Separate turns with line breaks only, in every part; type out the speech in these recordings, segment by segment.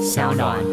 小暖。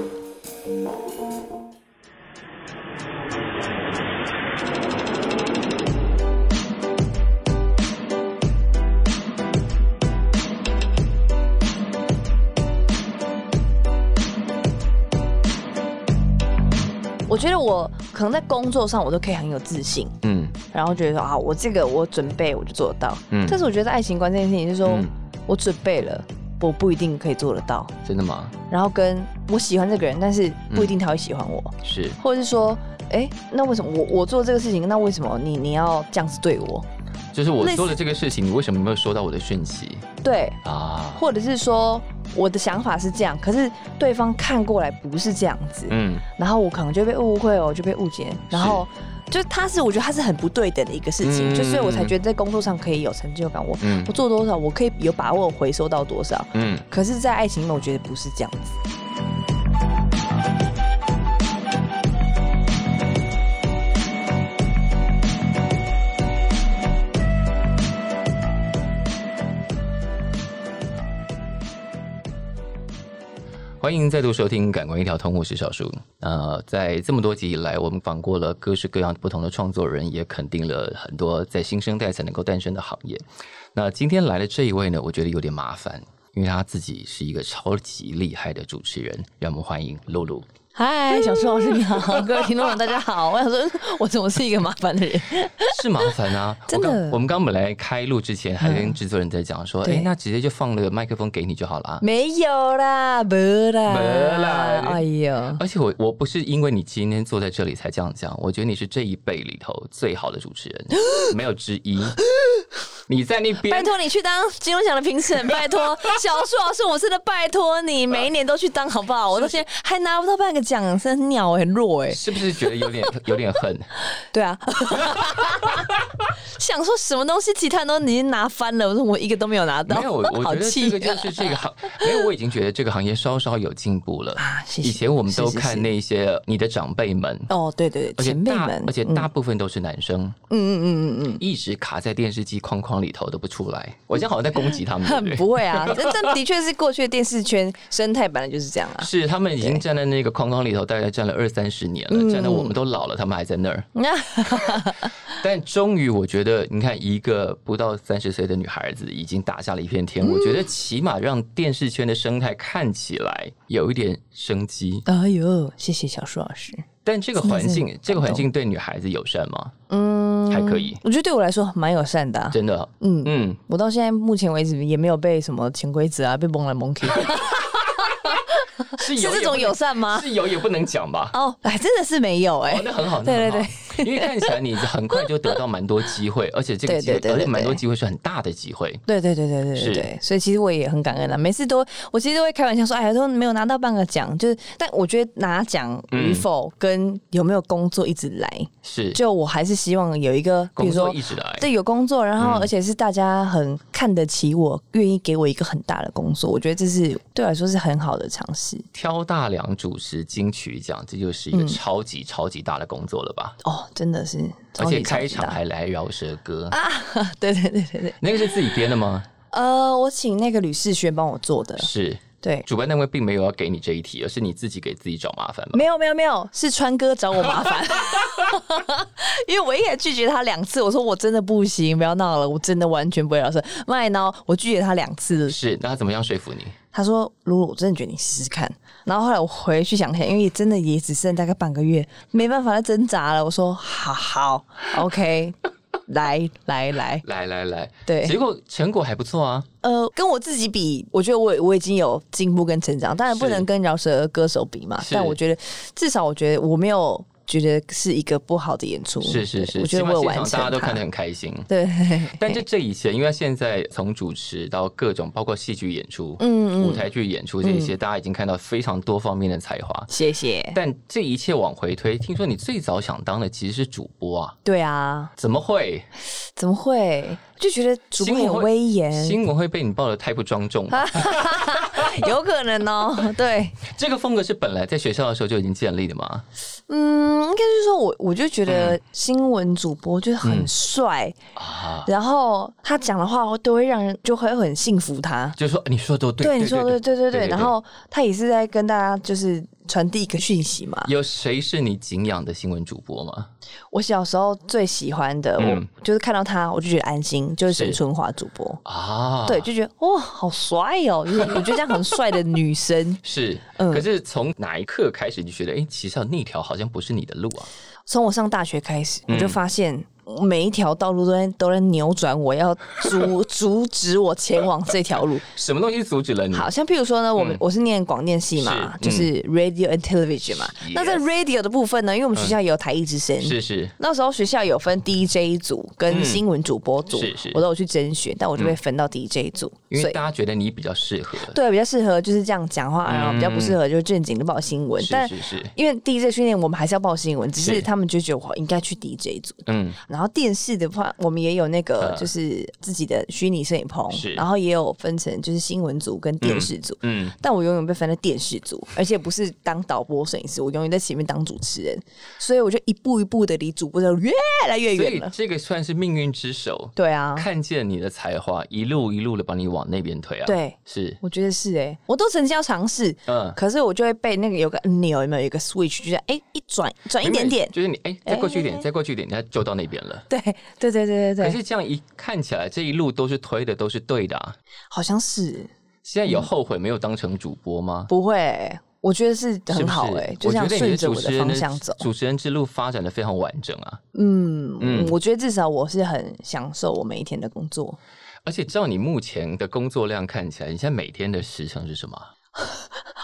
我觉得我可能在工作上我都可以很有自信，
嗯
然后觉得说啊，我这个我准备我就做得到。
嗯
但是我觉得在爱情观这件事情，就是说、
嗯
我准备了，我不一定可以做得到。
真的吗？
然后跟我喜欢这个人，但是不一定他会喜欢我，
是
或者是说，哎，那为什么我我做这个事情，那为什么你你要这样子对我？
就是我
类似
说的这个事情，你为什么没有收到我的讯息
对，
啊？
或者是说我的想法是这样，可是对方看过来不是这样子，
嗯，
然后我可能就被误会哦，就被误解，然后。就是他是，我觉得他是很不对等的一个事情，
嗯
就所以我才觉得在工作上可以有成就感。我、
嗯
我做多少，我可以有把握回收到多少。
嗯，
可是，在爱情里面，我觉得不是这样子。
欢迎再度收听《感官一条通》，我是小树。呃，在这么多集以来，我们访过了各式各样不同的创作人，也肯定了很多在新生代才能够诞生的行业。那今天来的这一位呢，我觉得有点麻烦，因为他自己是一个超级厉害的主持人。让我们欢迎露露。
嗨，小朱老师你 好，各位听众朋友大家好。我想说，我怎么是一个麻烦的人？
是麻烦啊，
真的嗯
我刚我们刚本来开录之前还跟制作人在讲说，哎、
对嗯
那直接就放了麦克风给你就好了啊。
没有啦，没啦，
没啦
哎呦，
而且我我不是因为你今天坐在这里才这样讲，我觉得你是这一辈里头最好的主持 人，没有之 一。你在那
拜
边，
托你去当金钟奖的评 审，拜托小树老师，我真的拜托你，每一年都去当好不好？我到现在还拿不到半个奖，真的很鸟哎、很弱哎、
是不是觉得有点有点 恨？
对啊，想说什么东西，其他人都已经拿翻了，我说我一个都没有拿到，
没有，我我
好
觉得这
气
个就是这个 行，没有，我已经觉得这个行业稍稍有进步了。
啊！谢谢。
以前我们都
是是
看
是
那些你的长辈们，
哦，对对
而
对，
且
前辈
大
们，嗯
而且大部分都是男生，
嗯嗯嗯嗯嗯。
一直卡在电视机框框里头都不出来。我现在好像在攻击他们，对
很
不对
不会啊，这这的确是过去的电视圈生态本来就是这样啊。
是他们已经站在那个框框里头，大概站了二三十年
嗯
了，站到我们都老了，他们还在那儿。
那
但终于，我觉得，你看，一个不到三十岁的女孩子已经打下了一片
嗯
天。我觉得，起码让电视圈的生态看起来有一点生机。
哎呦，谢谢小树老师。
但这个环
真的是
境
感，
这个环境对女孩子友善吗？
嗯，
还可以，
我觉得对我来说蛮友善的、啊。
真的。
嗯
嗯，
我到现在目前为止也没有被什么潜规则啊，被蒙来 蒙去，
是
是
有
这种
也不
友善 吗？
是有也不能讲吧？
哦，哎，真的是没有哎、
哦，那很好，那
对
很
对
好，因为看起来你很快就得到蛮多机会，而且这个
对
机会，
对对
而且
对
蛮多
对
机会是很大的机会。
对对对对对
是
对对，所以其实我也很感恩啊。每次都我其实都会开玩笑说，哎呀，都没有拿到半个奖，就是但我觉得拿奖与否跟有没有工作一直来，
嗯是，
就我还是希望有一个，比
工
如
作
说
一直来。
对有工作，然后
嗯
而且是大家很看得起我，愿意给我一个很大的工作，我觉得这是对我来说是很好的尝试。
挑大梁主持金曲奖，这就是一个
嗯
超级超级大的工作了吧？
哦，真的是，
而
超
且
级
开
超级大
场还来饶舌歌，
对对对对对，
那个是自己编的吗？
呃，我请那个吕世轩帮我做的，
是，
对，
主办单位并没有要给你这一题，而是你自己给自己找麻烦吧？
没有没有没有，是川哥找我麻烦，因为我也拒绝他两次，我说我真的不行，不要闹了，我真的完全不会老师麦呢，我拒绝他两次，
是，那他怎么样说服你？
他说露露，我真的觉得你试试看。然后后来我回去想想，因为真的也只剩大概半个月，没办法再挣扎了。我说好好，OK，来来来，
来来来，
对
结果成果还不错啊。
呃，跟我自己比，我觉得我我已经有进步跟成长，当然不
是
能跟饶舌歌手比嘛，
是
但我觉得至少我觉得我没有觉得是一个不好的演出，
是是
对
是，
我觉
起
得
码
我有
现
完
场
成
大
它，
家都看得很开心。
对，
但这这以前，因为现在从主持到各种，包括戏剧演出、
嗯嗯嗯
舞台剧演出这些，大家已经看到非常多方面的才华。
谢谢，
但这一切往回推，听说你最早想当的其实是主播啊？
对啊，
怎么会？
怎么会就觉得主播
新闻
很
会
威严，啊
新闻会被你报的太不庄重了。
有可能哦。 对，
这个风格是本来在学校的时候就已经建立的吗？
嗯，应该是说我我就觉
嗯
得新闻主播就是很帅，
啊，
然后他讲的话都会让人就会很信服他。
就是说你说的都对，
你说的对对对，
对
然后他也是在跟大家就是传递一个讯息嘛。
有谁是你敬仰的新闻主播吗？
我小时候最喜欢的，
嗯
我就是看到他我就觉得安心，就是
是
沈春华主播，
啊，
对，就觉得哇好帅哦，就是我觉得这样很帅的女生。
是，
嗯
可是从哪一刻开始你就觉得，哎，其实上那条好像不是你的路啊？
从我上大学开始，我就
嗯
发现每一条道路都在都在扭转，我要 阻阻止我前往这条路。
什么东西阻止了你？
好像譬如说呢，我们、我是念广电系嘛，
嗯是嗯
就是 radio and television 嘛。
Yes 嗯
那在 radio 的部分呢，因为我们学校有台艺之声。
是是，
那时候学校有分 DJ 组跟新闻主播组，
嗯是是
我都有去甄选，但我就被分到 DJ 组，
因
所
为
以
大家觉得你比较适合，
对比较适合就是这样讲话，然后比较不适合就是正经的报新闻。
是
但
是是，
因为 DJ 训练我们还是要报新闻，只
是
是他们就觉得我应该去 DJ 组，
嗯，
然后电视的话，我们也有那个
呃
就是自己的虚拟摄影棚
是，
然后也有分成就是新闻组跟电视组。
嗯，
但我永远被分在电视组，而且不是当导播、摄影师，我永远在前面当主持人，所以我就一步一步的离主播就越来越
所
远
以
了。
这个算是命运之手，
对啊，
看见你的才华，一路一路的把你往那边推啊。
对
是，
我觉得是哎、我都曾经要尝试，
嗯，
可是我就会被那个有个按钮，有没有有一个 switch，就是哎、一转转一点点，
就是你哎，再过去一点，
哎
再过去一点，他就到那边了。
对对对对对
可
对，
是这样一看起来，这一路都是推的，都是对的啊。
好像是
现在有后悔没有当成主播吗？
不会、欸，我觉得是
是
很
不
好
是
哎、就这
我
样
觉得
顺
你
着
主
我
持
的
人
方向走。
主持人之路发展的非常完整啊。
嗯
嗯
我觉得至少我是很享受我每一天的工作，
而且照你目前的工作量看起来，你现在每天的时程是什么啊？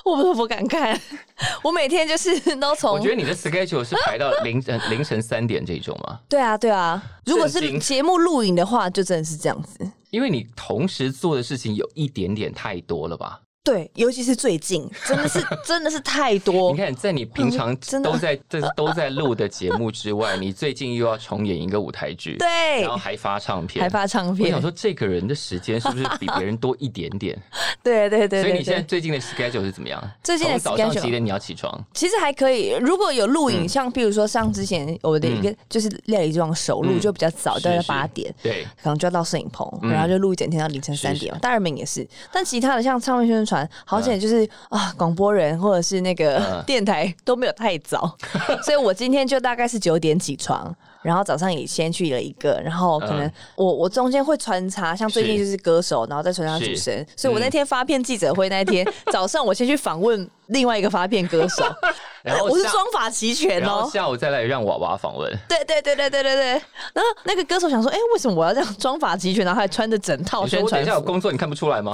我都不敢看， 我每天就是都从
我觉得你的 schedule 是排到凌晨呃凌晨三点这种吗？
对啊对啊，如果
震惊
是节目录影的话，就真的是这样子。
因为你同时做的事情有一点点太多了吧？
对，尤其是最近，真的是真的是太多
你。看，在你平常
真的
都在这都在录的节目之外，你最近又要重演一个舞台剧，，
对
然后，还发唱片，
还发唱
我
片
想，说，这个人的时间是不是比别人多一点点？
对对 对
所以
对
你现在
对，
最近的 schedule 是怎么样？
最近
从
的
早上
schedule
几点你要起床？
其实还可以。如果有录
嗯
影，像比如说像之前我的一个就是料理之王首录
嗯
就比较早，大概八点，
对，
可能就要到摄影棚，
嗯
然后就录一整天到凌晨
是
三
是
点嘛。大人们也是，但其他的像唱片宣传，好险就是、啊，广播人或者是那个
嗯
电台都没有太 早，所以我今天就大概是九点起床。然后早上也先去了一个，然后可能
嗯
我、我中间会穿插，像最近就是歌手，然后再穿插主
是嗯
持人，所以我那天发片记者会那天、早上，我先去访问另外一个发片 歌手，
然后
我是
下
双法齐全
然
哦
后。下午再来让娃娃访问。
对对对对对对对。然后那个歌手想说，哎、为什么我要这样装法齐全，然后还穿着整套
我说
哦
我
宣
等
传
一下有
服？
工作，你看不出来吗？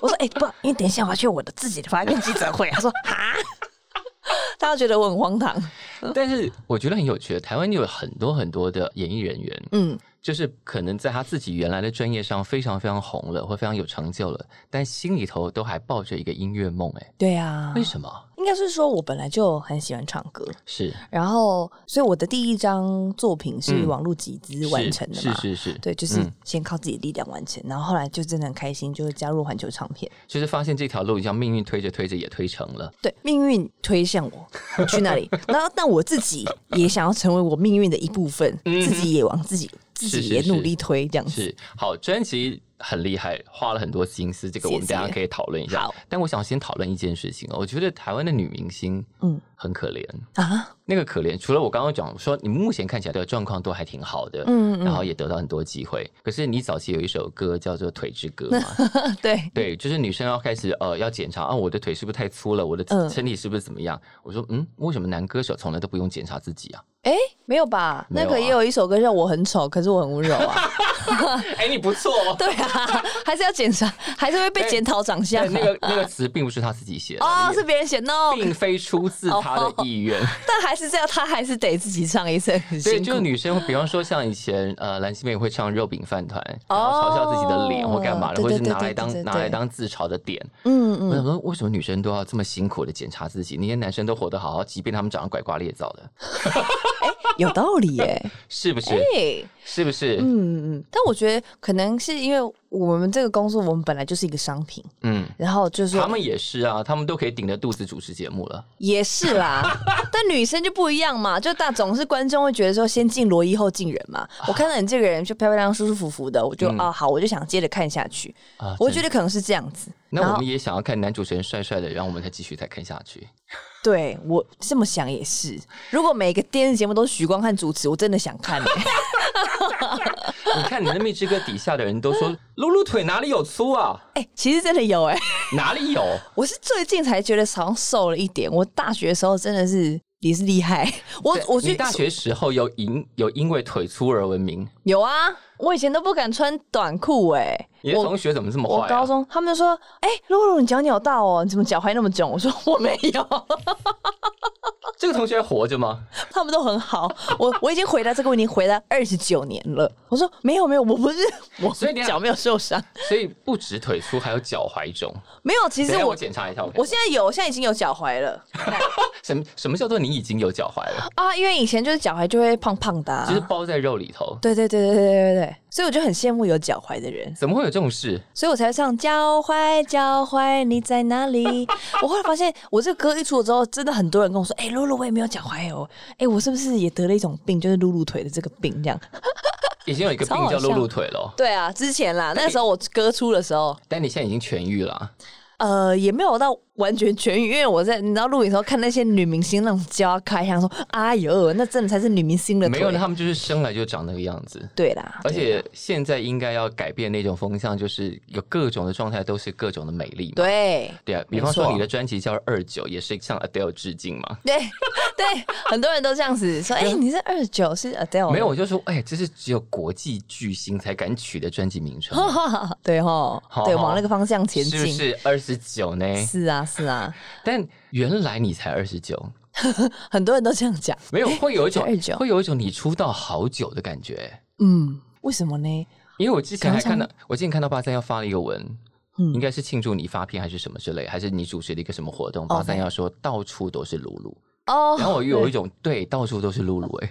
我说，哎、不，因为等一下我要去我的自己的发片记者会。他说，哈。 大家觉得我很荒唐，
但是我觉得很有趣的，台湾有很多很多的演艺人员，
嗯，
就是可能在他自己原来的专业上非常非常红了，或非常有成就了，但心里头都还抱着一个音乐梦。哎，
对啊
为什么？
应该是说我本来就很喜欢唱歌，
是
然后所以我的第一张作品是
嗯
网络集资
是
完成的嘛，
是是是，
对，就是
嗯
先靠自己力量完成，然后后来就真的很开心，就是加入环球唱片，
就是发现这条路，像命运推着推着也推成了。
对，命运推向我去那里，然后但我自己也想要成为我命运的一部分，自己也往自己自
嗯是
己
是
也
是
努力推这样子。
是好，专辑很厉害，花了很多心思，这个
谢谢
我们等一下可以讨论一下
好。
但我想先讨论一件事情哦，我觉得台湾的女明星，嗯
嗯，
很可怜。
啊，
那个可怜，除了我刚刚讲说，你目前看起来的状况都还挺好的，
嗯嗯
然后也得到很多机会。可是你早期有一首歌叫做《腿之歌》 嘛，
对，
对，就是女生要开始呃要检查啊，我的腿是不是太粗了，我的
嗯
身体是不是怎么样？我说嗯，为什么男歌手从来都不用检查自己啊？
哎、没有吧？
没有
那个
啊
也有一首歌叫《我很丑，可是我很温柔》 啊。
哎，你不错 哦。
对啊，还是要检查，还是会被检讨长相
但。哎那个那个词并不是他自己写的，
哦，
也
是别人写 no，
并非出自他的意愿。
但还是这样，他还是得自己唱一次，很
所以
辛
就是
苦。
女生，比方说像以前呃，蓝心湄会唱肉饼饭团，然后嘲笑自己的脸或干嘛的，
哦
或者是
对对对
拿来当
对对对
拿来当自嘲的点。
嗯嗯，
我想说，为什么女生都要这么辛苦的检查自己？那些男生都活得好好，即便他们长得拐瓜裂枣的，
有道理耶、
是不是？
哎、
是不是？
嗯嗯，但我觉得可能是因为我们这个工作，我们本来就是一个商品，
嗯，
然后就是说
他们也是啊，他们都可以顶着肚子主持节目了。
也是 啦，但女生就不一样嘛，就大总是观众会觉得说先敬罗衣后敬人嘛。我看到你这个人就漂漂亮亮、舒舒服服的，我就
嗯
啊好，我就想接着看下去。
啊
我
真
觉得可能是这样子。然
那我
后
们也想要看男主持人帅帅的，然后我们再继续再看下去。
对我这么想也是，如果每个电视节目都是许光汉主持，我真的想 看、欸。
你看你的蜜汁哥底下的人都说，露露腿哪里有粗啊？
哎、其实真的有哎、
哪里有？
我是最近才觉得好像瘦了一点。我大学的时候真的是也是厉害，我
对
我
你
去
大学时候有因有因为腿粗而闻名，
有啊，我以前都不敢穿短裤哎、
你的
我
同学怎么这么
我
坏、啊
高？中他们就说：“哎、露露，你脚扭到哦，你怎么脚踝那么肿？”我说：“我没有。
这个同学还活着吗？”
他们都很好，我我已经回答这个问题回答二十九年了。我说：“没有没有，我不是 我
所以你
脚没有受伤，
所以不止腿粗，还有脚踝肿。
没有。其
等
实
一下
我
我检查一下，我看
我现在有，现在已经有脚 踝了
什么什么叫做你已经有脚踝了？
啊，因为以前就是脚踝就会胖胖的、啊
就是。包在肉里头，
对对对对对对对对，所以我就很羡慕有脚踝的人，
怎么会有这种事？
所以我才会唱脚踝脚踝你在哪 里？我后来发现，我这个歌一出了之后，真的很多人跟我说：“哎、露露，我也没有脚踝哦，哎、我是不是也得了一种病，就是露露腿的这个病？”这样，
已经有一个病
超好
叫露露
笑
腿了哦，
对啊，之前啦，那时候我歌出的时候，
但你现在已经痊愈了啊。
呃，也没有到完全痊愈，因为我在你知道录影的时候看那些女明星那种脚开，想说：“哎呦，那真的才是女明星的
没有，
腿。
他们就是生来就长那个样子”。
对啦，
而且现在应该要改变那种风向，就是有各种的状态都是各种的美丽嘛。
对
对啊，比
没
方说
错
你的专辑叫《二九》，也是向 Adele 致敬嘛。
对 对，很多人都这样子说：“哎、你是二十九，是 Adele
没有，我就说，哎，这是只有国际巨星才敢取的专辑名称，
哦对哈，对，
吼
往那个方向前
是不
进。
是二十九呢？
是啊，是啊，
但原来你才二十九，
很多人都这样讲。
没有会有一种
才29
会有一种你出道好久的感觉。
嗯，为什么呢？
因为我之前还
想想
看到，我之前看到八三幺发了一个文，
嗯
应该是庆祝你发片还是什么之类，还是你主持了一个什么活动？八
OK
三幺说到处都是露露，
哦，
然后我又有一种对到处都是露露， 哎，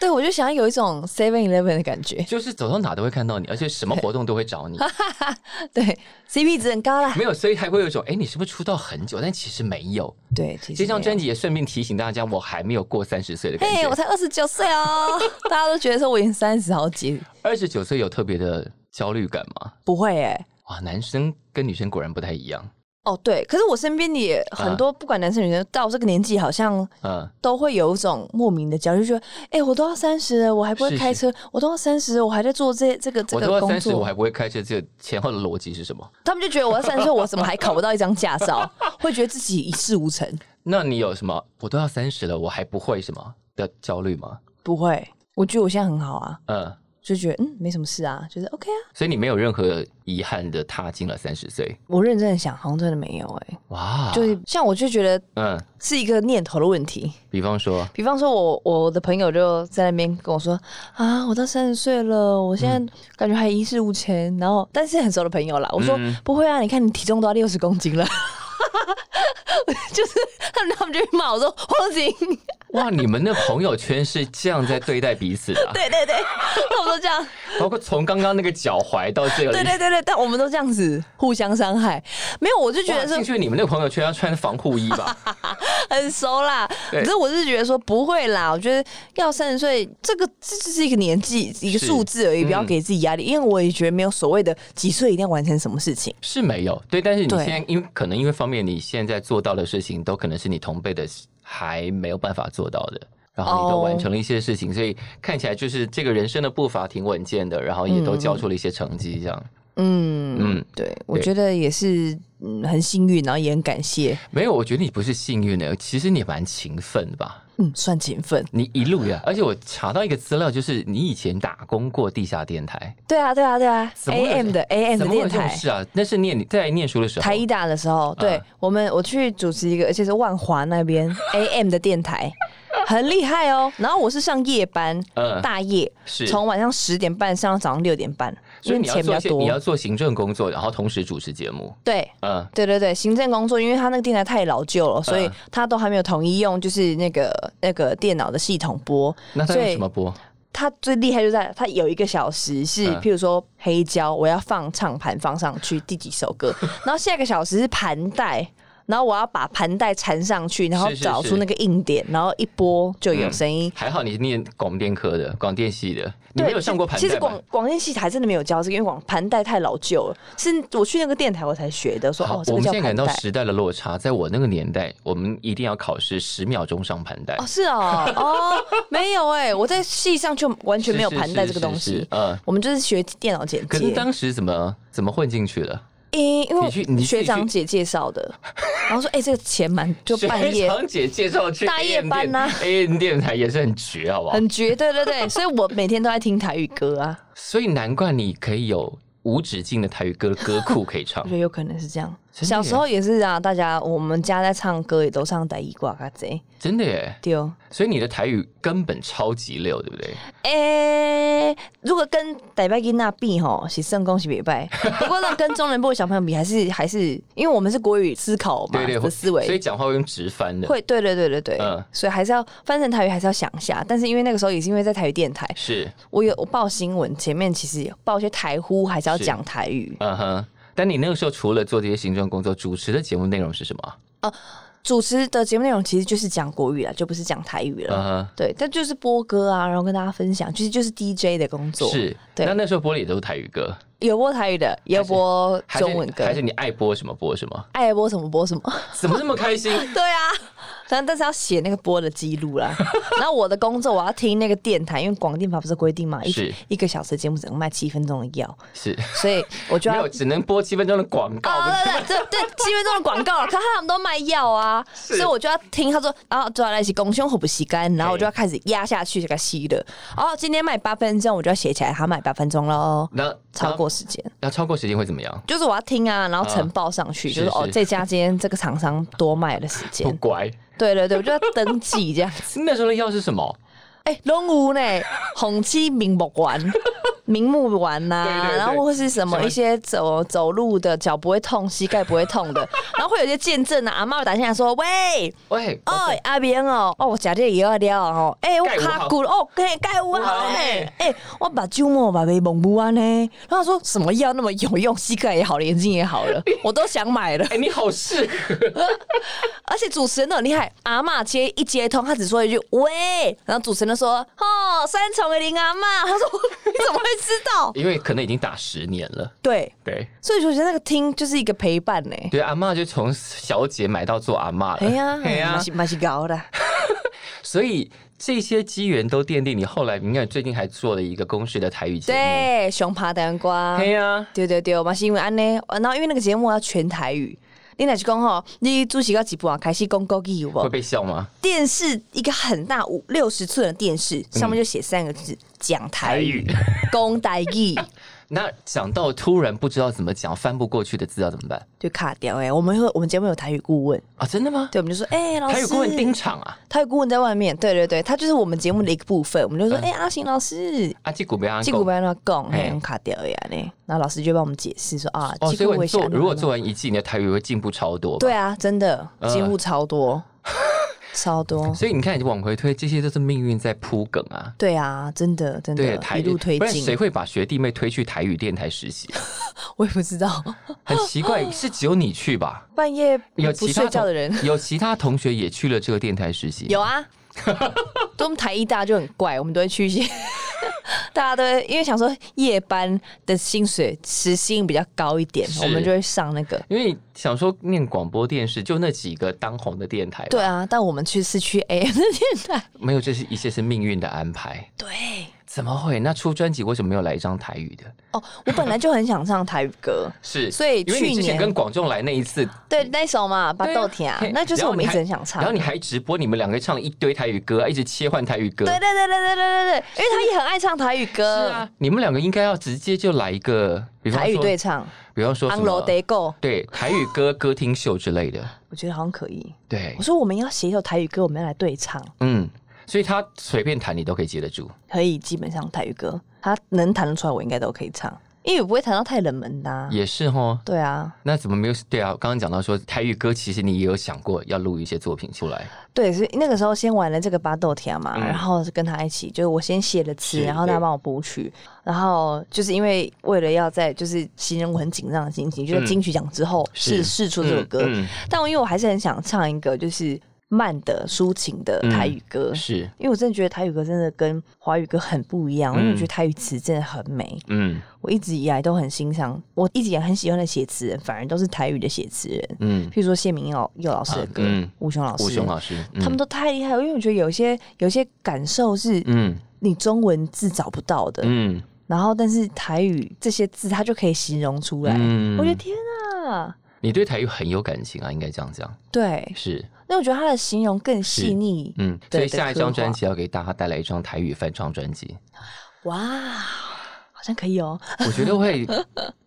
对我就想要有一种 Seven Eleven 的感觉，
就是走到哪都会看到你，而且什么活动都会找你，
对，CP 值很高啦。
没有，所以还会有一种哎，你是不是出道很久？但其实没有。
对，其实
这张
没有
专辑也顺便提醒大家，我还没有过三十岁的感
嘿，我
觉。
才二十九岁哦， 大家都觉得说我已经三十好几，
二十九岁有特别的焦虑感吗？
不会哎、
哇，男生跟女生果然不太一样。
哦，对，可是我身边也很
啊
多，不管男生女生，到这个年纪好像
嗯，
都会有一种莫名的焦虑，就觉得哎、我都要三十了，我还
是
不会
是
开车，我都要三十了，我还在做这这个这
我
个
都要
工
三十，
作，
我还不会开车，这个前后的逻辑是什么？
他们就觉得我要三十岁，我怎么还考不到一张 驾照？会觉得自己一事无成。
那你有什么？我都要三十了，我还不会什么的焦虑吗？
不会，我觉得我现在很好啊，
嗯，
就觉得嗯没什么事啊，就是 OK 啊。
所以你没有任何遗憾的踏进了三十岁。
我认真的想，好像真的没有哎、
哇，
就是像我就觉得
嗯，
是一个念头的问题。
比方 说，
比方说我，我的朋友就在那边跟我说啊，我到三十岁了，我现在感觉还一事无成。然后，但是很熟的朋友啦，我说、
嗯
不会啊，你看你体重都要六十公斤了。 就是他们，他们就会骂我说黄景，
哇，你们的朋友圈是这样在对待彼此的 啊、
对对对，他们都这样，
包括从刚刚那个脚踝到这里。
对对对对，但我们都这样子互相伤害，没有，我就觉
哇
得说
进去你们那个朋友圈要穿防护衣吧？
很熟啦。
对
可是我是觉得说不会啦，我觉得要三十岁这个这这是一个年纪一个
是
数字而已，
嗯
不要给自己压力，因为我也觉得没有所谓的几岁一定要完成什么事情。
是没有，对，但是你
对
现在因为可能因为方面，你现在做到的事情都可能是你同辈的还没有办法做到的，然后你都
哦
完成了一些事情，所以看起来就是这个人生的步伐挺稳健的，然后也都交出了一些成绩，这样。
嗯
嗯
对，我觉得也是嗯很幸运，然后也很感谢，
没有，我觉得你不是幸运的，其实你蛮勤奋的吧？
嗯，算勤奋。
你一路呀，而且我查到一个资料，就是你以前打工过地下电台
对啊，对啊，对啊
怎么会有
，AM 的 AM
怎
的
么会
电
有这种
台。
事啊？那是念你在念书的时候，
台一大的时候，对、
嗯
我们我去主持一个，而且是万华那边 AM 的电台，很厉害哦。然后我是上夜班，
嗯
大夜，
是
从晚上十点半上到早上六点半，因
所以
为
你要
钱比
做
较
一些你要
多。
做行政工作，然后同时主持节目，
对，
嗯，
对对对，行政工作，因为他那个电台太老旧了，所以
嗯
他都还没有统一用，就是那个那个电脑的系统播。
那他
所
用
以
什么播？
他最厉害就在他有一个小时是，
嗯
譬如说黑胶，我要放唱盘放上去第几首 歌，然后下一个小时是盘带，然后我要把盘带缠上去，然后
是是嗯
找
是
出那个硬点，然后一播就有声音。
还好你念广电科的，广电系的，你
对，
没有上过盘
其实
带
广
吧？
广电系还真的没有教这个，因为广盘带太老旧了，是我去那个电台我才学的，说
好，
哦，这
我
个
们
叫
现在
盘
感
带
到。时代的落差，在我那个年代，我们一定要考试十秒钟上盘带
哦，，是哦，哦， 没有哎、我在系上就完全没有
是是
盘带
是
这个东
是
西。
是嗯。
我们就是学电脑剪
可是
接，
当时怎么怎么混进去的？
因因
你去
为
你自己
学
去
长姐介绍 的，然后说哎、这个钱蛮就
学
半夜
长姐介绍去
大夜
AM
班
电
呐
AM 电台也是很绝，好不好？
很绝，对对对，所以我每天都在听台语歌啊，
所以难怪你可以有无止境的台语歌歌库可以唱
我觉。得有可能是这样。
真的耶
小时候也是啊，大家我们家在唱歌也都唱台语歌嘎贼
真的耶！
对哦。
所以你的台语根本超级溜，对不对？
诶、如果跟台北囡仔比吼，是算恭喜 别拜。不过那跟中南部的小朋友比，还是还是因为我们是国语思考嘛
对对，
的思维，
所以讲话会用直翻的，
会，对对对对对，
嗯
所以还是要翻成台语，还是要想一下。但是因为那个时候也是因为在台语电台，
是，
我有我报新闻，前面其实有报一些台呼，还是要
是
讲台语。
嗯哼。但你那个时候除了做这些行政工作，主持的节目内容是什么？
主持的节目内容其实就是讲国语啦，就不是讲台语了。
嗯
对，但就是播歌啊，然后跟大家分享，其实就是 DJ 的工
哼，
作。
是。
对
那那时候播的也都是台语歌，
有播台语的，也有播
还是
中文歌
还，是你爱播什么播什么？
爱播什么播什么。
怎么那么开心？
对啊，但但是要写那个播的记录啦。然后我的工作，我要听那个电台，因为广电法不是规定嘛，
是
一一个小时的节目只能卖七分钟的药，
是
所以我就
没
要
有，只能播七分钟的广 告。
哦，对对对对，七分钟的广告，可是他们都卖 药啊，所以我就要听他说啊，抓来一起拱胸口不吸干，然后我就要开始压下去这个吸的。哦，今天卖八分钟，我就要写起来，他卖八分钟喽，
那
呃超过时间。
那超过时间会怎么样？
就是我要听啊，然后
啊
呈报上去，就
是
是哦，这家今天这个厂商多卖的时
不
间，
乖。
对对对，我就要登记这样。
那时候的药是什么？
哎，龙舞呢， 红漆明目丸、明目丸呐、
对对对
然后或是什么
什么
一些走走路的脚不会痛、膝盖不会痛的，然后会有一些见证啊，阿妈打进来说：“喂，
喂，
哦，阿明哦，哦，我食这药了哦，哎、我
钙有
卡
好
骨哦，嘿，钙有
有好
啊，哎
嘿、
哎，我把酒膜把被蒙不啊完呢。”然后他说什么药那么有用，膝盖也好了，眼睛也好了，我都想买了。
哎，你好适合。
而且主持人都很厉害，阿嬷接一接通，她只说一句“喂”，然后主持人就说：“哦，三重的林阿嬷。”她说：“你怎么会知道
因为可能已经打十年了。？”
对，
对
所以我觉得那个听就是一个陪伴呢、
对，阿嬷就从小姐买到做阿嬷了。
哎呀，
哎
蛮
呀，
是蛮是高的，
所以这些机缘都奠定你后来，你看最近还做了一个公式的台语节目。
对，熊爬南瓜，
对呀，
对对对，嘛是因为安尼，然后因为那个节目要全台语。你若是讲吼，你主持到几部啊？开始讲国语有
会
无？
被笑吗？
电视一个很大五六十寸的电视，上面就写三个字：讲台语、讲台语。
那讲到突然不知道怎么讲，翻不过去的资料怎么办
就卡掉哎、欸，我们会我们节目有台语顾问，
啊？真的吗？
对，我们就说哎、欸老师，
台语顾问盯场啊，
台语顾问在外面，对对对，他就是我们节目的一个部分，我们就说哎、欸阿行老师，
阿基古贝嗯阿
这个不要让他讲，
嘿
嘿，用卡掉呀呢，然后老师就帮我们解释说啊，
哦，所
这
以
个
我
我
做
想
如果做完一季，你的台语会进步超多。
对，啊，真的
嗯
几乎 超多，超多，
所以你看，你往回推，这些都是命运在铺梗啊。
对啊，真的真
对，
的，
台
一
语
路推
不然谁
进，
会把学弟妹推去台语电台实 习啊？
我也不知道，
很奇 怪，是只有你去吧？
半夜
有
不
其他
睡觉
同
的人
有其他同学也去了这个电台实习。
有 啊，都我们台一大就很怪，我们都会去一 些。大家都会因为想说夜班的薪水时薪比较高一点，
是
我们就会上那个。
因为想说念广播电视，就那几个当红的电台，
对，啊，但我们去市区 AM 的电台。
没有，这是一些是命运的安排。
对
怎么会？那出专辑为什么没有来一张台语的？
哦，我本来就很想唱台语歌，
是，
所以
因为你
去
之前
年
跟广仲来那一次，
对那一首嘛《把
对啊
豆甜》啊
嘿，
那就是我们一直很想唱
然后。你还直播，你们两个唱了一堆台语歌，一直切换台语歌。
对对对对对对对对，因为他也很爱唱台语
是
歌
啊，，你们两个应该要直接就来一个，比方
台语
说，
对唱
比方说
《
什
On
么
Road Day Go》，
对台语歌歌厅秀之类的，
我觉得好像可以。
对
我，说我们要写一首台语歌，我们要来对唱。
嗯，所以他随便弹你都可以接得住。
可以基本上台语歌，他能弹得出来，我应该都可以唱，因为我不会弹到太冷门的、啊。
也是哦，
对啊，
那怎么没有？对啊，刚刚讲到说台语歌，其实你也有想过要录一些作品出来，
对，所以那个时候先玩了这个巴豆田嘛，
嗯
然后跟他一起，就是我先写了词，
是
然后他帮我谱曲，然后就是因为为了要在就是形容我很紧张的心情，就在
嗯
金曲奖之后试
是
试出这首歌，
嗯
但我因为我还是很想唱一个就是慢的抒情的台语歌。
嗯是，
因为我真的觉得台语歌真的跟华语歌很不一样，因为我觉得台语词真的很美。
嗯
我一直以来都很欣赏，我一直也很喜欢的写词人，反而都是台语的写词人，
嗯，
譬如说谢明佑佑老师的歌，
啊嗯
吴雄老师，
吴雄老师，嗯
他们都太厉害了，因为我觉得有一些有一些感受是
嗯
你中文字找不到的，
嗯
然后但是台语这些字它就可以形容出来，
嗯
我觉得天啊！
你对台语很有感情啊，应该这样讲，
对，
是，
那我觉得它的形容更细腻。
嗯，所
对
以下一张专，
对
辑要给大家带来一张台语翻唱专辑，
刻画哇，好像可以哦。
我觉得会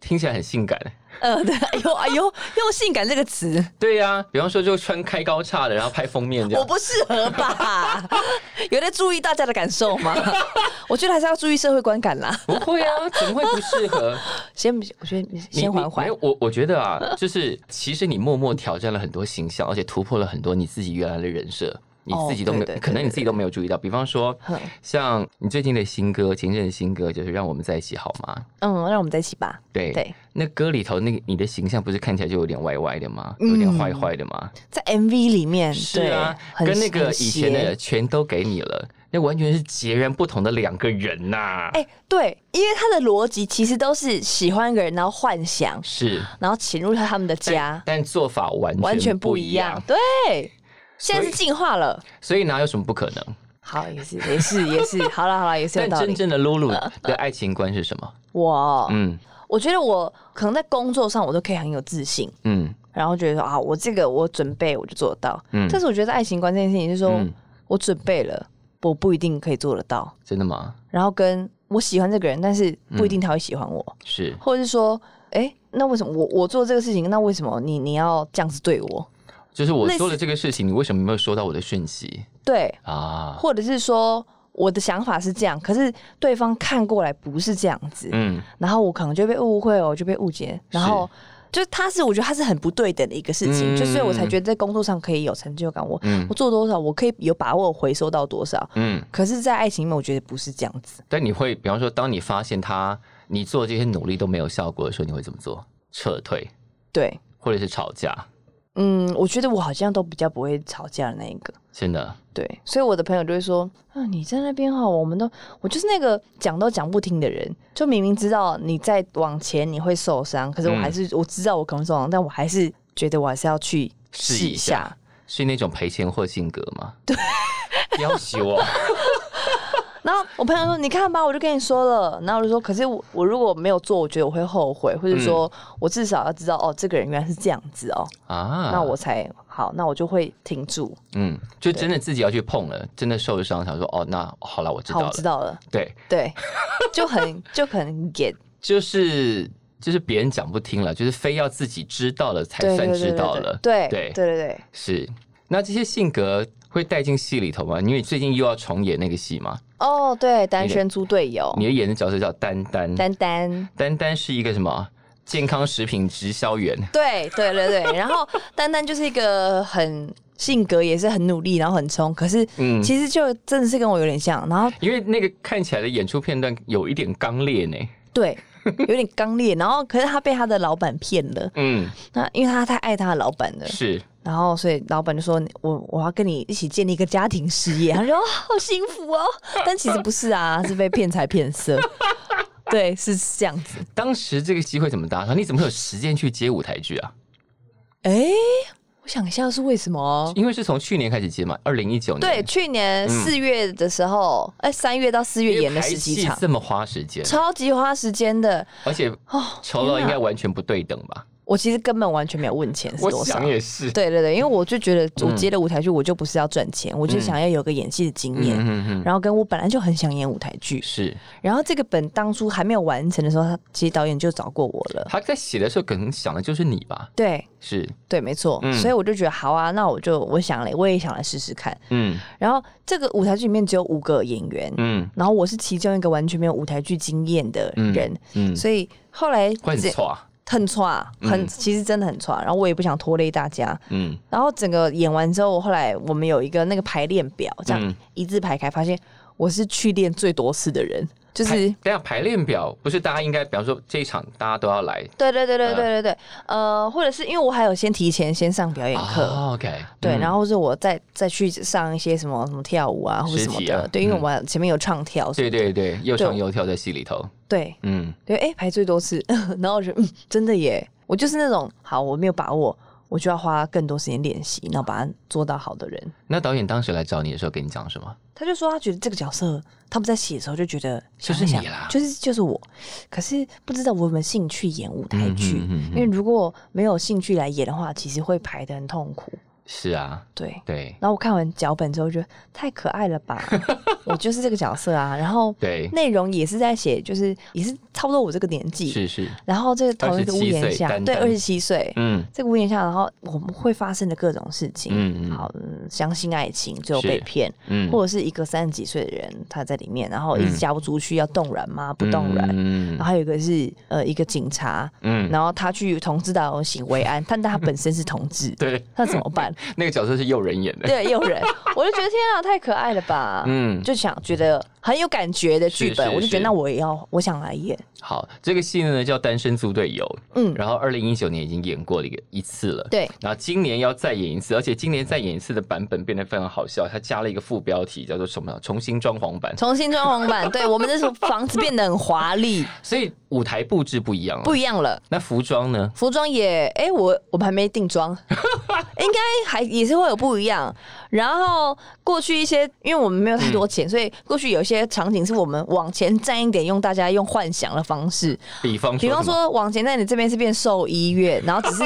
听起来很性感。
呃，对， 哎呦哎呦，用性感这个词，
对呀、比方说就穿开高叉的，然后拍封面这
我
样。
不适合吧？ 有在注意大家的感受吗？ 我觉得还是要注意社会观感啦。
不会啊，怎么会不适 合？
先，我觉得
你
先缓
你没
缓
有。我我觉得啊，就是其实你默默挑战了很多形象，而且突破了很多你自己原来的人设，你
哦
自己都没有，
对对对
可能你自己都没有注意到。比方说
哼，
像你最近的新歌，前任的新歌就是《让我们在一起好吗》。
嗯，让我们在一起吧。
对
对，
那歌里头那个你的形象不是看起来就有点歪歪的吗？
嗯
有点坏坏的吗？
在 MV 里面，
是啊，
对
跟
很
那个
很
以前的
邪
全都给你了，那完全是截然不同的两个人呐、
哎、对，因为他的逻辑其实都是喜欢一个人，然后幻想，
是
然后潜入到他们的家，
但做法完
完全
全
不
不
一
一
样
样。。
对，现
所以
在是进化了。
所以哪有什么不可能？
好，也是，也是，也是，好了，好了，也是有
但
道
真
理。呃哦
正的露露的爱情观是什么？
我，
嗯
我觉得我可能在工作上我都可以很有自信，
嗯
然后觉得说啊，我这个我准备我就做得到。
嗯
但是我觉得在爱情观这件事情，就是说、
嗯
我准备了，我不一定可以做得到。
真的吗？
然后跟我喜欢这个人，但是不
嗯
一定他会喜欢我。
是
或者是说，哎、那为什么我我做这个事情，那为什么你你要这样子对我？
就是我
类似
说了这个事情，你为什么没有收到我的讯息
对，
啊？
或者是说我的想法是这样，可是对方看过来不是这样子，
嗯，
然后我可能就被误会哦，我就被误解，然后。就是他是，我觉得他是很不对等的一个事情，
嗯
就所以我才觉得在工作上可以有成就感。我、
嗯
我做多少，我可以有把握回收到多少。
嗯，
可是，在爱情里面，我觉得不是这样子。
但你会，比方说，当你发现他你做这些努力都没有效果的时候，你会怎么做？撤退，
对，
或者是吵架？
嗯，我觉得我好像都比较不会吵架的那一个。
真的，
对，所以我的朋友就会说：“啊，你在那边哈、我们都我就是那个讲都讲不听的人，就明明知道你在往前你会受伤，可是我还是、我知道我可能受伤，但我还是觉得我还是要去
试
试一
一下
下。
是那种赔钱货性格吗？对，要挟 我。
然后我朋友说：‘你看吧，我就跟你说了。’然后我就说：‘可是我我如果没有做，我觉得我会后悔，或者说我至少要知道哦，这个人原来是这样子哦，
啊，
那我才好，那我就会停住。
嗯，就真的自己要去碰了，真的受伤，想说哦，那好了，我知道
好，
了，
我知道了，
对，
对，就很就很也
就是就是别人讲不听了，就是非要自己知道了才
对对
算
对
知
对
道了，
对
对
对对对。”
是。那这些性格会带进戏里头吗？因为最近又要重演那个戏嘛，
哦，对，单身猪队友，
你的演的角色叫丹丹，
哦丹丹，
丹丹是一个什么健康食品直销员，
对对对对，然后丹丹就是一个很性格也是很努力，然后很冲，可是
嗯
其实就真的是跟我有点像，然后
因为那个看起来的演出片段有一点刚烈呢，
对。有点刚烈，然后可是他被他的老板骗了，
嗯，
那因为他太爱他的老板了，
是，
然后所以老板就说我我要跟你一起建立一个家庭事业， 他说、哦、好幸福哦，但其实不是啊，是被骗财骗色， 对，是是这样子。
当时这个机会怎么搭上？你怎么会有时间去接舞台剧啊？
哎、我想一下是为什么哦？
因为是从去年开始接嘛，二零一九年
对，去年四月的时候，哎、三、月到四月演了十
嗯
几
因为排
场
戏，这么花时间，
超级花时间的
而且
哦。
酬劳应该完全不对等吧？
我其实根本完全没有问钱是
我
多少
想。也是，
对对对，因为我就觉得我
嗯
接了舞台剧，我就不是要赚钱，我就想要有个演戏的经验。
嗯嗯，
然后跟我本来就很想演舞台剧，
是
然后这个本当初还没有完成的时候，他其实导演就找过我了。
他在写的时候可能想的就是你吧？
对
是，
对，没错，
嗯
所以我就觉得好啊，那我就我想了，我也想来试试看。
嗯
然后这个舞台剧里面只有五个演员，
嗯
然后我是其中一个完全没有舞台剧经验的人，
嗯，
所以后来
会很啊
这
错，
很差，很、
嗯
其实真的很差。然后我也不想拖累大家。
嗯
然后整个演完之后，后来我们有一个那个排练表，这样、
嗯
一字排开，发现我是去练最多次的人，就是
排等一下排练表不是大家应该，比方说这一场大家都要来
对对对对
嗯
对对对，呃，或者是因为我还有先提前先上表演课。
哦 OK，
对，
嗯
然后是我再再去上一些什么什么跳舞啊，或者什么
肢体
的。
啊
对，因为
嗯
我们前面有唱跳什么
对对对，又唱
对
又跳在戏里头，
对
嗯
对，哎，排最多次， 然后我觉得嗯，真的耶，我就是那种好，我没有把握，我就要花更多时间练习，然后把它做到好的人。
那导演当时来找你的时候，跟你讲什么？
他就说他觉得这个角色他们在写的时候就觉得
就是
想一想
你啦
就是就是我，可是不知道我有没有兴趣演舞台剧，
嗯哼嗯哼嗯哼
因为如果没有兴趣来演的话，其实会排的很痛苦。
是啊，
对，
对
然后我看完脚本之后，觉得太可爱了 吧，我就是这个角色啊。然后
对，
内容也是在写，就是也是差不多我这个年纪，
是是，
然后这个同一个屋
27
檐
岁
下，
丹
对，
丹
二十七岁。
嗯
这个屋檐下，然后我们会发生的各种事情，
嗯嗯
好，嗯相信爱情，最后
是
被骗，
嗯，
或者是一个三十几岁的人他在里面，然后一直
嗯
嫁不出去，要冻卵吗？不冻卵。
嗯
然后还有一个是呃一个警察，
嗯，，
然后他去同志大游行维安，但但他本身是同志
对，
那怎么办？
那个角色是诱人演的，
对，诱人，我就觉得天啊，太可爱了吧！
嗯，
就想觉得很有感觉的剧本，
是是
我就觉得
是
那我也要，我想来演。
好，这个戏呢叫《单身租队友》，
嗯
然后二零一九年已经演过了一个一次了，
对，
然后今年要再演一次，而且今年再演一次的版本变得非常好笑，它加了一个副标题叫做什么？重新装潢版，
重新装潢 版，对我们这房子变得很华丽，
所以舞台布置不一样了。啊
不一样了。
那服装呢？
服装也，哎、我我们还没 定妆，应该还也是会有不一样。然后过去一些，因为我们没有太多
嗯
钱，所以过去有一些场景是我们往前站一点，用大家用幻想的方式，
比方说什
比
么，
方说往前站，你这边是变兽医院，然后 只是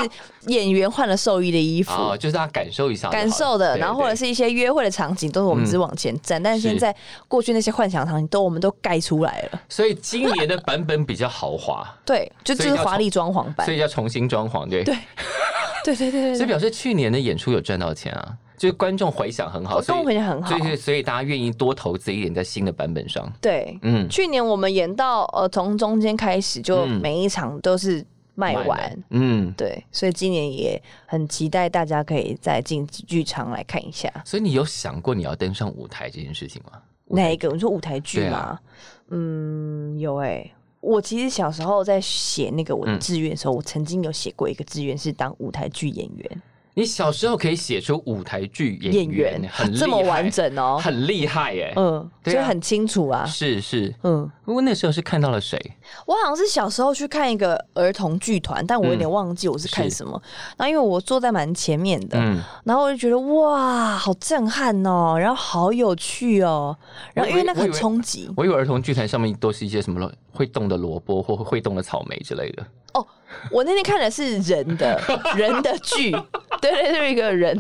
演员换了兽医的衣服。
啊、就是大家感受一下就好了，
感受哦的，
对
然后或者
对
是一些约会的场景，都是我们只往前站。但是现在过去那些幻想场景都我们都盖出来了，
所以今年的版本比较豪华，
对，就就
所以
是
要
华丽装潢 版
所。以要重新装潢，对。
对对对对
所以
对对，
表示去年的演出有赚到钱啊，就是观众回响很好，
活
所
动
以
回响很好
所。以所以大家愿意多投资一点在新的版本上。
对，
嗯，
去年我们演到呃，从中间开始就
嗯
每一场都是卖
卖
完，
了，嗯，
对，所以今年也很期待大家可以再进剧场来看一下
所以你有想过你要登上舞台这件事情吗？
哪一个？你说舞台剧
对
吗？
啊
嗯，有哎、我其实小时候在写那个我的
嗯
志愿的时候，我曾经有写过一个志愿是当舞台剧演员，
你小时候可以写出舞台剧演员，很厉害
这么完，整哦，
很厉害耶、
嗯，
对啊
所以很清楚啊，
是是，
嗯，
不过那时候是看到了谁？
我好像是小时候去看一个儿童剧团，但我有点忘记我是看
嗯是
什么。然后因为我坐在蛮前面的，
嗯，
然后我就觉得哇，好震撼哦，然后好有趣哦，然后因为那个
我
很
以为
冲击
我以为儿童剧团上面都是一些什么会动的萝卜或会动的草莓之类的。
哦。我那天看的是人的人的剧， 对对对，一个人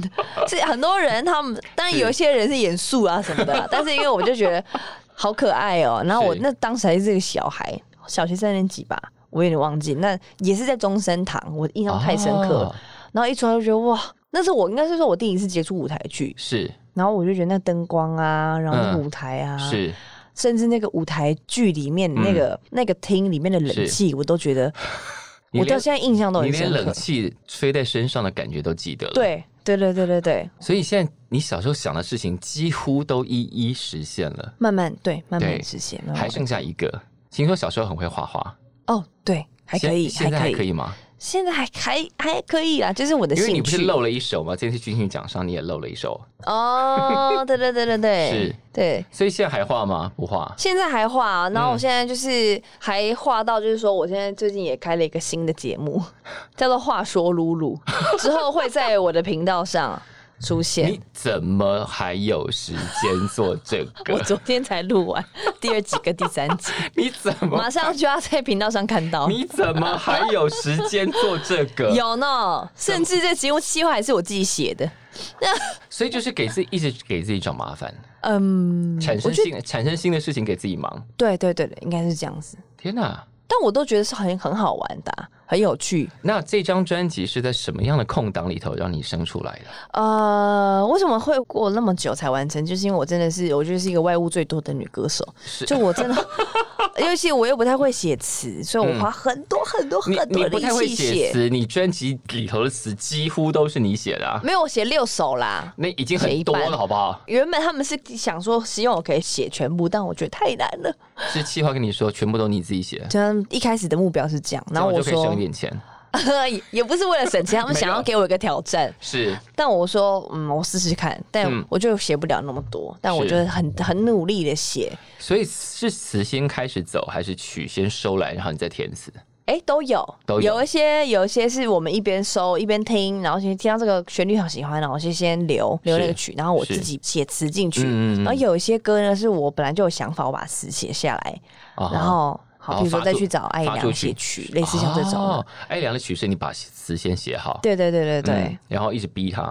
是很多人，他们当然
是
有一些人是演素啊什么的啊，但是因为我就觉得好可爱哦。然后我
是
那当时还是个小孩，小学三年级吧，我有点忘记。那也是在中山堂，我印象太深刻了。
哦
然后一出来就觉得哇，那是我应该是说我第一次接触舞台剧，
是
然后我就觉得那灯光啊，然后那个
嗯
舞台啊，
是，嗯
甚至那个舞台剧里面那个、那个厅里面的冷
是
气，我都觉得
你
我到
连
现在印象都
你
很
连
深
冷
刻。
气吹在身上的感觉都记得了。，
对对对对对对，
所以现在你小时候想的事情几乎都一一实现了，
慢慢对慢慢
对
实现，慢慢
还剩下一个。听说小时候很会画画，
哦对，还可以，
现现在
还
还
可
可
以，
以吗？
现在还还还可以啦，就是我的
因为你
兴
不是
趣
漏了一首吗？这次军训奖上你也漏了一首，
哦，对对对对对，
是
对。
所以现在还画吗？不画。
现在还画啊，然后我
嗯
现在就是还画到，就是说我现在最近也开了一个新的节目，叫做《话说露露》，之后会在我的频道上。出现
你。怎么还有时间做这
我
个？
昨天才录完第二集跟第三集，
你怎么
马上就要在频道上看到。
你怎么还有时间做这个？
有呢，甚至这节目计划还是我自己写的。
所以就是给自己一直给自己找麻烦，
嗯，
产生新的产生新的事情给自己忙。
对对对对，应该是这样子。
天哪！
但我都觉得是很很好玩的啊、很有趣。
那这张专辑是在什么样的空档里头让你生出来的？
呃，为什么会过那么久才完成？就是因为我真的是，我觉得是一个外物最多的女歌手。
是
就我真的， 尤其我又不太会写词，所以我花很多很多
嗯
很
你
多
你
的
不
力
太会
气
写
写。
词，你专辑里头的词几乎都是你写的啊，
没有，我写六首啦。
那已经
写
很
一
多
半
了，好不好？
原本他们是想说，希望我可以写全部，但我觉得太难了。
是气话跟你说，全部都你自己写，
就像一开始的目标是这样，然后
这样就可
我
以
说
省一，点钱。
也 也不是为了省钱，他们
没有
想要给我一个挑战。
是
但我说，嗯，我试试看，但
嗯
我就写不了那么多，但我
是
就很很努力的写，
所以是词先开始走，还是曲先收来，然后你再填词？
哎、都有，
都有
一些，有一些是我们一边收一边听，然后先听到这个旋律很喜欢，然后就先留留那个曲，然后我
是
自己写词进
嗯
去。
嗯嗯
然后有一些歌呢，是我本来就有想法，我把词写下来，
啊
然后
然
好，
后
比如说
发
再
出
去找艾
发
良
出
写
去
曲，类似像这种的。
哦，哎，两个曲是你把词先写好，
对对对对对、
嗯然后一直逼他，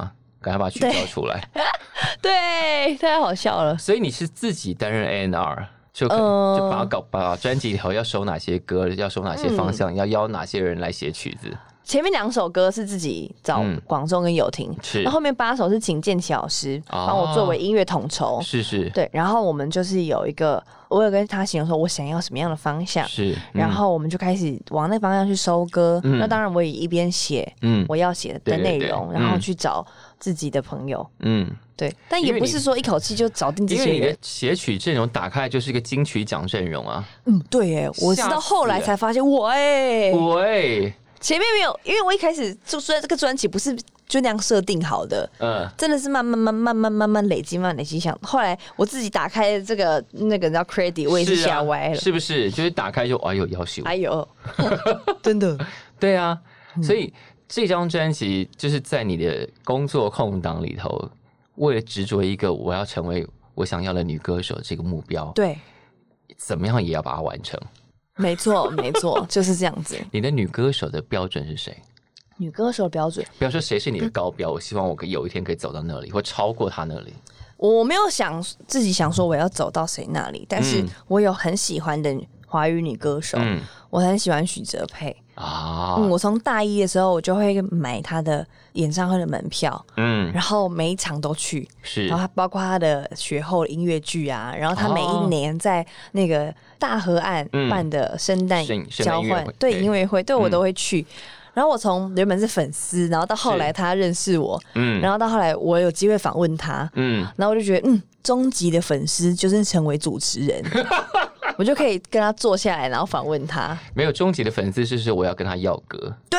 赶快把曲
对
交出来。
对，太好笑了。
所以你是自己担任 A N R，就可
呃
就把搞把专辑里头要收哪些歌，要收哪些
嗯
方向，要邀哪些人来写曲子，
前面两首歌是自己找
嗯
广仲跟友婷，
是
然后后面八首是请建奇老师
哦
帮我作为音乐统筹。
是是
对，然后我们就是有一个，我有跟他形容说我想要什么样的方向，
是，
然后我们就开始往那方向去收歌。
嗯
那当然，我也一边写
嗯
我要写的
对对
内
对
容，
嗯
然后去找自己的朋友。
嗯。嗯
对，但
因
也
为
不
你
是说一口气就找定这
因
些
为你的
人。
写曲阵容打开就是一个金曲奖阵容啊！
嗯，对耶，我是
吓
到后
死
来
了
才发现，我哎，
喂，
前面没有，因为我一开始就虽然这个专辑不是就那样设定好的，
嗯，
真的是慢慢慢慢慢慢慢累积，慢慢累积。想后来我自己打开这个那个叫 credit，我也是
啊
吓歪了。
是不是？就是打开就哎呦要求，
哎呦， 真的，
对啊，
嗯
所以这张专辑就是在你的工作空档里头，为了执着一个我要成为我想要的女歌手这个目标，
对，
怎么样也要把它完成。
没错，没错， 就是这样子。
你的女歌手的标准是谁？
女歌手的标准，
不要说谁是你的高标，我希望我可以有一天可以走到那里，或超过他那里。
我没有想自己想说我要走到谁那里，但是
嗯
我有很喜欢的华语女歌手，
嗯
我很喜欢许哲佩。
啊，
嗯，我从大一的时候，我就会买她的演唱会的门票，
嗯，
然后每一场都去。
是
然后他包括他的学后音乐剧啊，然后他每
哦
一年在那个大河岸
嗯
办的圣诞
圣圣诞
交
音乐
换
会，
对
对嗯
音乐会，对我都会去。然后我从原本是粉丝，然后到后来
是
他认识我，
嗯
然后到后来我有机会访问他，
嗯，
然后我就觉得，嗯，终极的粉丝就是成为主持 人，我就可以跟他坐下来，然后访问他。
没有终极的粉丝就是我要跟他要歌，
对，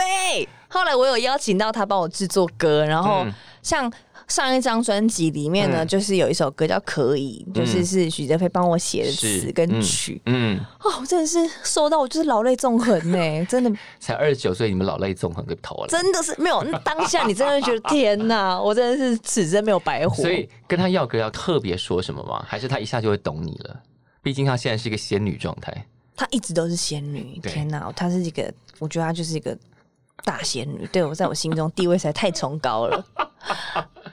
后来我有邀请到他帮我制作歌，然后
嗯
像上一张专辑里面呢，
嗯
就是有一首歌叫《可以》，就是是许哲佩帮我写的词
是
跟曲。
嗯，嗯
哦，我真的是受到我就是劳累纵横呢、 真的
才二十九岁，你们老泪纵横个头了。
真的是没有，那当下你真的觉得天哪， 我真的是此生没有白活。
所以跟他要歌要特别说什么吗？还是他一下就会懂你了？毕竟他现在是一个仙女状态，
她一直都是仙女，
对
天哪，她是一个，我觉得她就是一个大仙女，对我在我心中地位实在太崇 高了。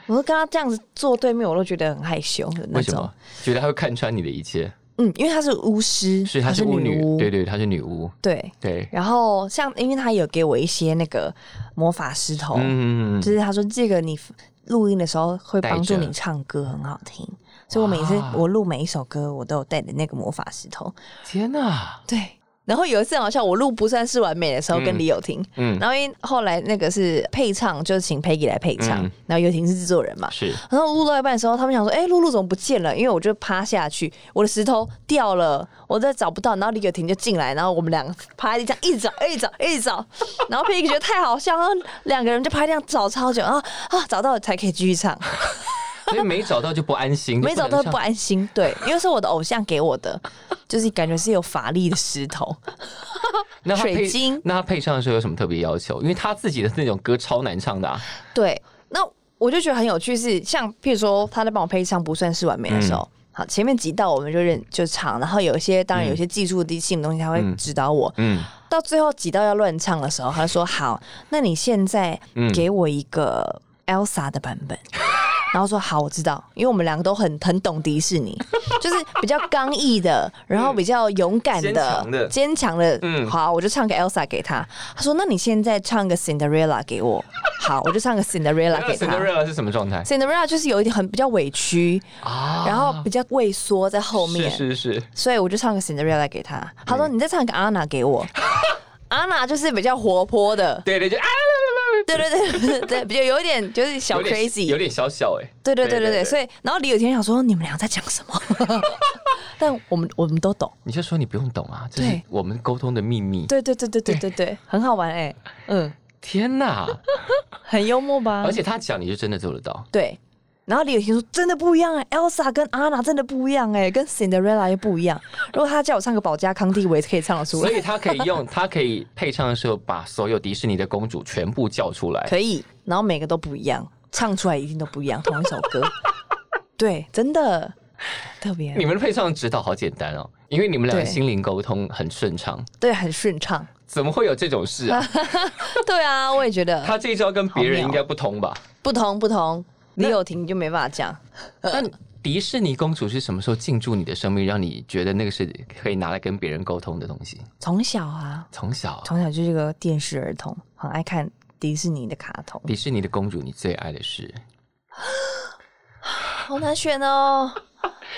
我都跟她这样子坐对面，我都觉得很害羞的那
为什
种
么。？觉得他会看穿你的一切，
嗯，因为她是巫师，
是他是巫女，对对，他是女巫，
对
对，
然后像，因为她有给我一些那个魔法石头，
嗯，
就是她说哦这个你录音的时候会帮助
带着
你唱歌，很好听。所以我每次
哇
我录每一首歌，我都有带着那个魔法石头。
天哪，
对。然后有一次很好笑，我录不算是完美的时候，跟
嗯
李友廷，
嗯，
然后因为后来那个是配唱，就请 Peggy 来配唱，
嗯
然后尤婷是制作人嘛。
是
然后录到一半的时候，他们想说：“哎、露露怎么不见了？”因为我就趴下去，我的石头掉了，我再找不到。然后李可婷就进来，然后我们两个趴在地上一直找，一直找，一直找。 然后 Peggy 觉得太好笑，然后两个人就趴在地上找超久，然后啊找到了才可以继续唱，
所以没找到就不安 心，
没找到不
安。
安心。对，因为是我的偶像给我的，就是感觉是有法力的石头。
那他
水
配
晶
那他配唱的时候有什么特别要求？因为他自己的那种歌超难唱的、啊，
对，那我就觉得很有趣是，像譬如说他在帮我配唱不算是完美的时候。好，前面几道我们就认就唱，然后有一些当然有一些技术的性的东西，他会
嗯
指导我。
嗯，
到最后几道要乱唱的时候，他说：“好，那你现在
嗯
给我一个 Elsa 的版 本。然后说好，我知道，因为我们两个都很很懂迪士尼， 就是比较刚毅的，然后比较勇敢
坚
的
强、的
坚强的。
嗯
好，我就唱个 Elsa 给他。他说：“那你现在唱个 Cinderella 给我。”好，我就唱个 Cinderella 给他。
Cinderella 是什么状态
Cinderella 就是有一点很比较委屈，
啊
然后比较畏缩在后面，
是是是，
所以我就唱个 Cinderella 给他。他说：“你再唱一个 Anna 给我。” Anna 就是比较活泼的，
对对就啊，
对对对对对，比较有一点就是小
有点
crazy，
有点小小哎，
对对对对
对
对，
对
所以然后李友天想说你们俩在讲什么，但我们我们都懂，
你就说你不用懂啊，这是
对
我们沟通的秘密。
对对对对对对对，很好玩哎、嗯，
天哪！
很幽默吧？
而且他讲，你就真的做得到。
对，然后李友廷说真的不一样哎、e l s a 跟 Anna 真的不一样哎、跟 Cinderella 又不一样。如果他叫我唱个保加康帝，我也可以唱得出
所
来，
以他可以 用，他可以配唱的时候把所有迪士尼的公主全部叫出来。
可以。然后每个都不一样，唱出来一定都不一样，同一首歌。 对，真的特别
你，们的配唱指导好简单哦，因为你们俩的
对
心灵沟通很顺畅，
对，很顺畅。
怎么会有这种事啊？
对啊，我也觉 得
他这一招跟别人
好妙
应该不同吧？
不同不同。李友廷就没办法讲，
但迪士尼公主是什么时候进驻你的生命，让你觉得那个是可以拿来跟别人沟通的东西？
从小啊，
从小
从小就是个电视儿童，很爱看迪士尼的卡通，
迪士尼的公主，你最爱的是？
嗯好难选哦。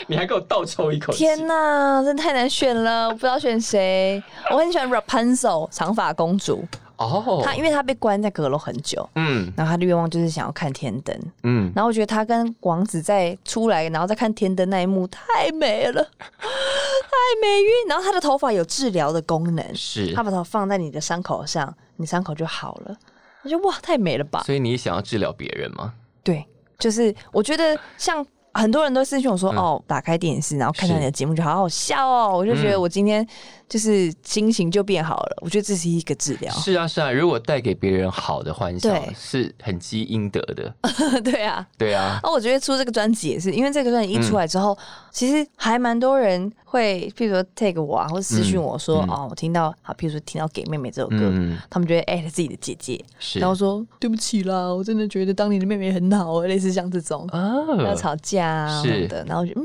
你还给我倒抽一口气！
天呐，真的太难选了，我不知道选谁。我很喜欢 Rapunzel 长发公主，
哦，
她因为她被关在阁楼很久，
嗯
然后她的愿望就是想要看天灯。
嗯，
然后我觉得她跟王子在出来，然后再看天灯那一幕太美了， 太美韵。然后她的头发有治疗的功能，
是
她。把头放在你的伤口上，你伤口就好了。我觉得哇，太美了吧！
所以你想要治疗别人吗？
对，就是我觉得像很多人都私讯我说、哦，打开电视然后看到你的节目就好好笑哦，我就觉得我今天就是心情就变好了。我觉得这是一个治疗，
是啊，是啊，如果带给别人好的欢笑
对，
是很积阴德的。
对啊。
对 啊，
哦，我觉得出这个专辑也是，因为这个专辑一
嗯
出来之后，其实还蛮多人会，譬如说 tag 我啊，或者私讯我说、哦，我听到啊，譬如说听到《给妹妹》这首歌，
嗯
他们就会艾特自己的姐姐，
是
然后说对不起啦，我真的觉得当你的妹妹很好，类似像这种。要
哦，
吵架啊
是
什么的，然后就嗯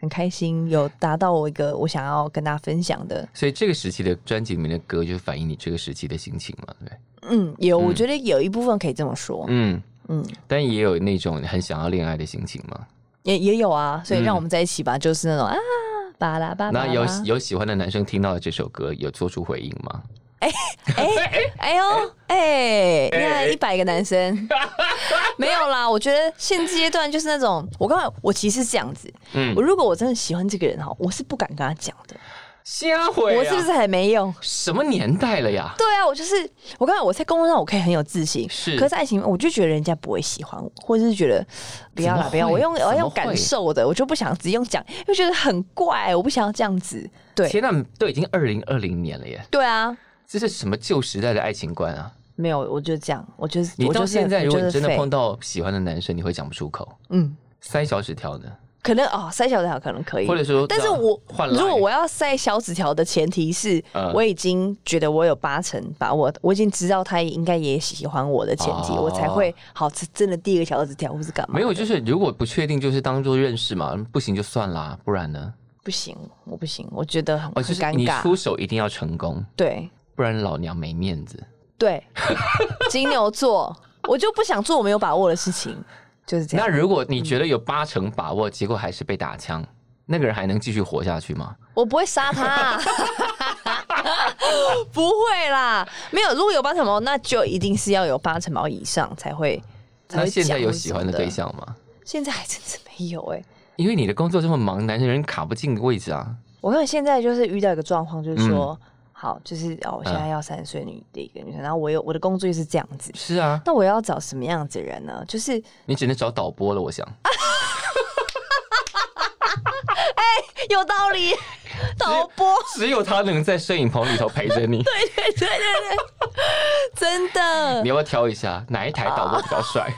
很开心，有达到我一个我想要跟大家分享的，
所以这个时期的专辑里面的歌就反映你这个时期的心情嘛，对不对，
嗯，有我觉得有一部分可以这么说，
嗯，
嗯，
但也有那种很想要恋爱的心情嘛。
也也有啊，所以
嗯
让我们在一起吧，就是那种啊。巴拉巴拉，
那有
巴拉
有喜欢的男生听到了这首歌，有做出回应吗？
哎呦哎，你看一百个男 生，没有啦。我觉得现阶段就是那种，我刚才我其实是这样子，
嗯
我如果我真的喜欢这个人哈，我是不敢跟他讲的，
瞎回啊
我是不是很没用？
什么年代了呀？
对啊，我就是我刚才我在工作上我可以很有自信，
是
可是在爱情我就觉得人家不会喜欢我，或者是觉得不要
怎么会
啦，不要，我用我要
怎么
用感
会
受的，我就不想只用讲，又觉得很怪，我不想要这样子。对
天呐，都已经二零二零年了耶！
对啊，
这是什么旧时代的爱情观啊？
没有，我就这样，我就是
你
我
到
就是
现在，
我
如果
就
你
是
真的
废
碰到喜欢的男生，你会讲不出口，
嗯，
塞小纸条呢？
可能哦，塞小纸条可能可以，
或者说
但是
这样
我
换
如果
line
我要塞小纸条的前提是，
嗯
我已经觉得我有八成把握，我已经知道他应该也喜欢我的前提，
哦
我才会好这真的第一个小纸条或是干嘛？
没有，就是如果不确定，就是当做认识嘛，不行就算啦，不然呢？
不行，我不行，我觉得很、
哦，就
很
是
尴
你
尬。
出手一定要成功，
对
不然老娘没面子。
对，金牛座，我就不想做我没有把握的事情，就是这
那
样。嗯
如果你觉得有八成把握，结果还是被打枪，那个人还能继续活下去吗？
我不会杀他、 不会啦，没有。如果有八成毛，那就一定是要有八成毛以上才会。才
那
会
现在
讲
有
或是
喜
什
欢
么
的对？象吗？
现在还真是没有哎、
因为你的工作这么忙，男人卡不进位置啊。
我看现在就是遇到一个状况，就是说，
嗯
好，就是哦，我现在要三十岁女的一个女生，然后我有我的工作就是这样子，
是啊，
那我要找什么样子的人呢？就是
你只能找导播了，我想。
啊有道 理，导播，
只有他能在摄影棚里头陪着你。
对对对对对，真的
你。要不要挑一下哪一台导播比较帅？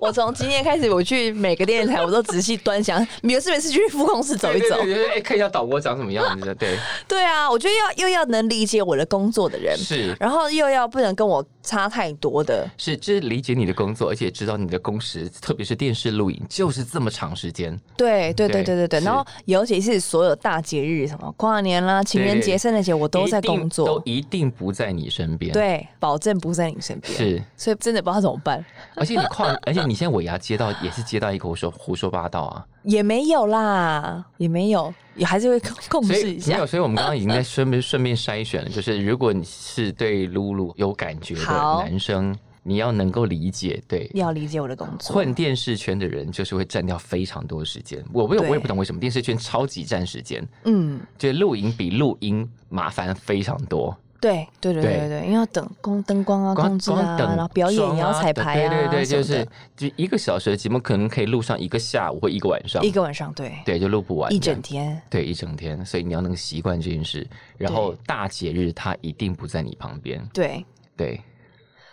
我从今天开始，我去每个电视台，我都仔细端详， 每次每次去副控室走一走。
对对对对哎，看一下导播长什么样子。对，
对啊，我觉得要又要能理解我的工作的人，
是
然后又要不能跟我差太多的。
是，这是理解你的工作，而且知道你的工时，特别是电视录影，就是这么长时间。
对对
对
对对对对，
是
然后尤其是所有大节日，什么跨年啦、情人节、
对
圣诞节，我都在
一定
工
都
作，
一定不在你身边。，
对，保证不在你身边，
是，
所以真的不知道怎么办，
而且你跨，而且你现在尾牙接到也是接到一个胡说胡说八道啊，
也没有啦，也没有，也还是会 控控
所
制
以
一
没
下
有，。所以我们刚刚已经在顺便顺便筛选了，就是如果你是对露露有感觉的
好
男生，你要能够理解，对。
要理解我的工作，
混电视圈的人就是会占掉非常多时间，我我也
对
我也不懂为什么电视圈超级占时间，
嗯，
就录影比录音麻烦非常多。
对对对
对
对对，因为要等光灯光啊、控制啊，然后表演也
妆
要
啊
彩排啊，
对对对，就
什么
是
的
就一个小时的节目，可能可以录上一个下午或一个晚上
一，个晚上，对，
对，就录不完
一
这样
整天，
对，一整天，所以你要能够习惯这件事。然后大节日他一定不在你旁边，
对。
对，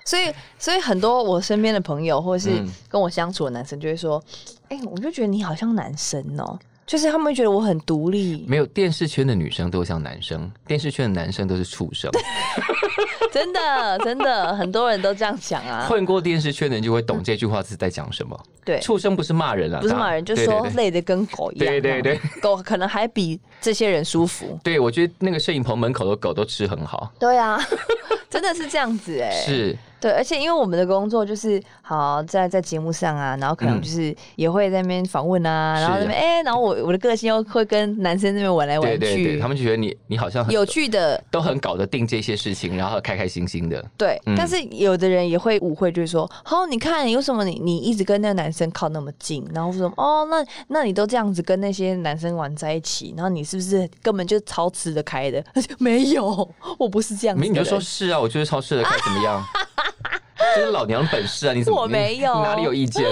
所以，所以很多我身边的朋友，或者是
嗯
跟我相处的男生，就会说：“哎、我就觉得你好像男生哦、就是他们会觉得我很独立，
没有电视圈的女生都像男生，电视圈的男生都是畜生。
真的，真的，很多人都这样讲 啊。
混过电视圈的人就会懂这句话是在讲什么。
对，
畜生不是骂人啊，
不是
大家
骂人，就
对对
说
对
累得跟狗一样。
对对对
这样，狗可能还比这些人舒服。
对，我觉得那个摄影棚门口的狗都吃很好，
对啊， 真的是这样子哎、
是
对，而且因为我们的工作就是好在在节目上啊，然后可能
嗯
就是也会在那边访问啊，
是
然后那边哎、然后我我的个性又会跟男生那边玩来玩
对
去，
对对，他们就觉得你你好像很
有趣的。
都很搞得定这些事情，然后开开心心的。
对，
嗯
但是有的人也会误会，就是说，哦，你看，你为什么你你一直跟那个男生靠那么近？然后说，哦，那那你都这样子跟那些男生玩在一起，然后你是不是根本就超吃得开的？ 没有，我不是这样子
没，
的
你
人。
就说是啊，我就是超市的，看怎么 样？这是老娘本事啊！你怎么
我没有
你哪里有意 见？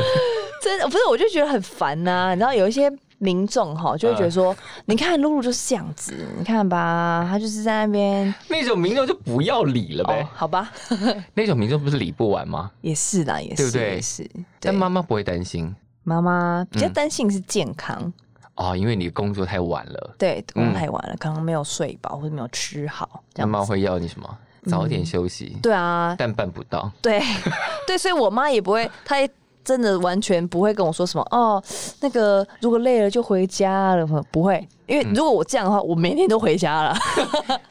真的不是，我就觉得很烦呐、你知道有一些民众哈，就会
嗯
觉得说，你看露露就是这样子，你看吧，她就是在那边
那种民众就不要理了呗
哦，，好吧，
那种民众不是理不完吗？
也是啦，也是，
对不对嗯
也是。对
但，妈妈不会担心
妈妈比较担心是健康，
哦，因为你工作太晚了。
对，我
嗯
太晚了，刚刚没有睡饱或者没有吃好，这
妈
样
妈
子。
会要你什么？早点休息，
对啊，
但办不到。
对对，所以我妈也不会，她也真的完全不会跟我说什么哦，那个如果累了就回家了，不会，因
嗯
为如果我这样的话，我每天都回家了。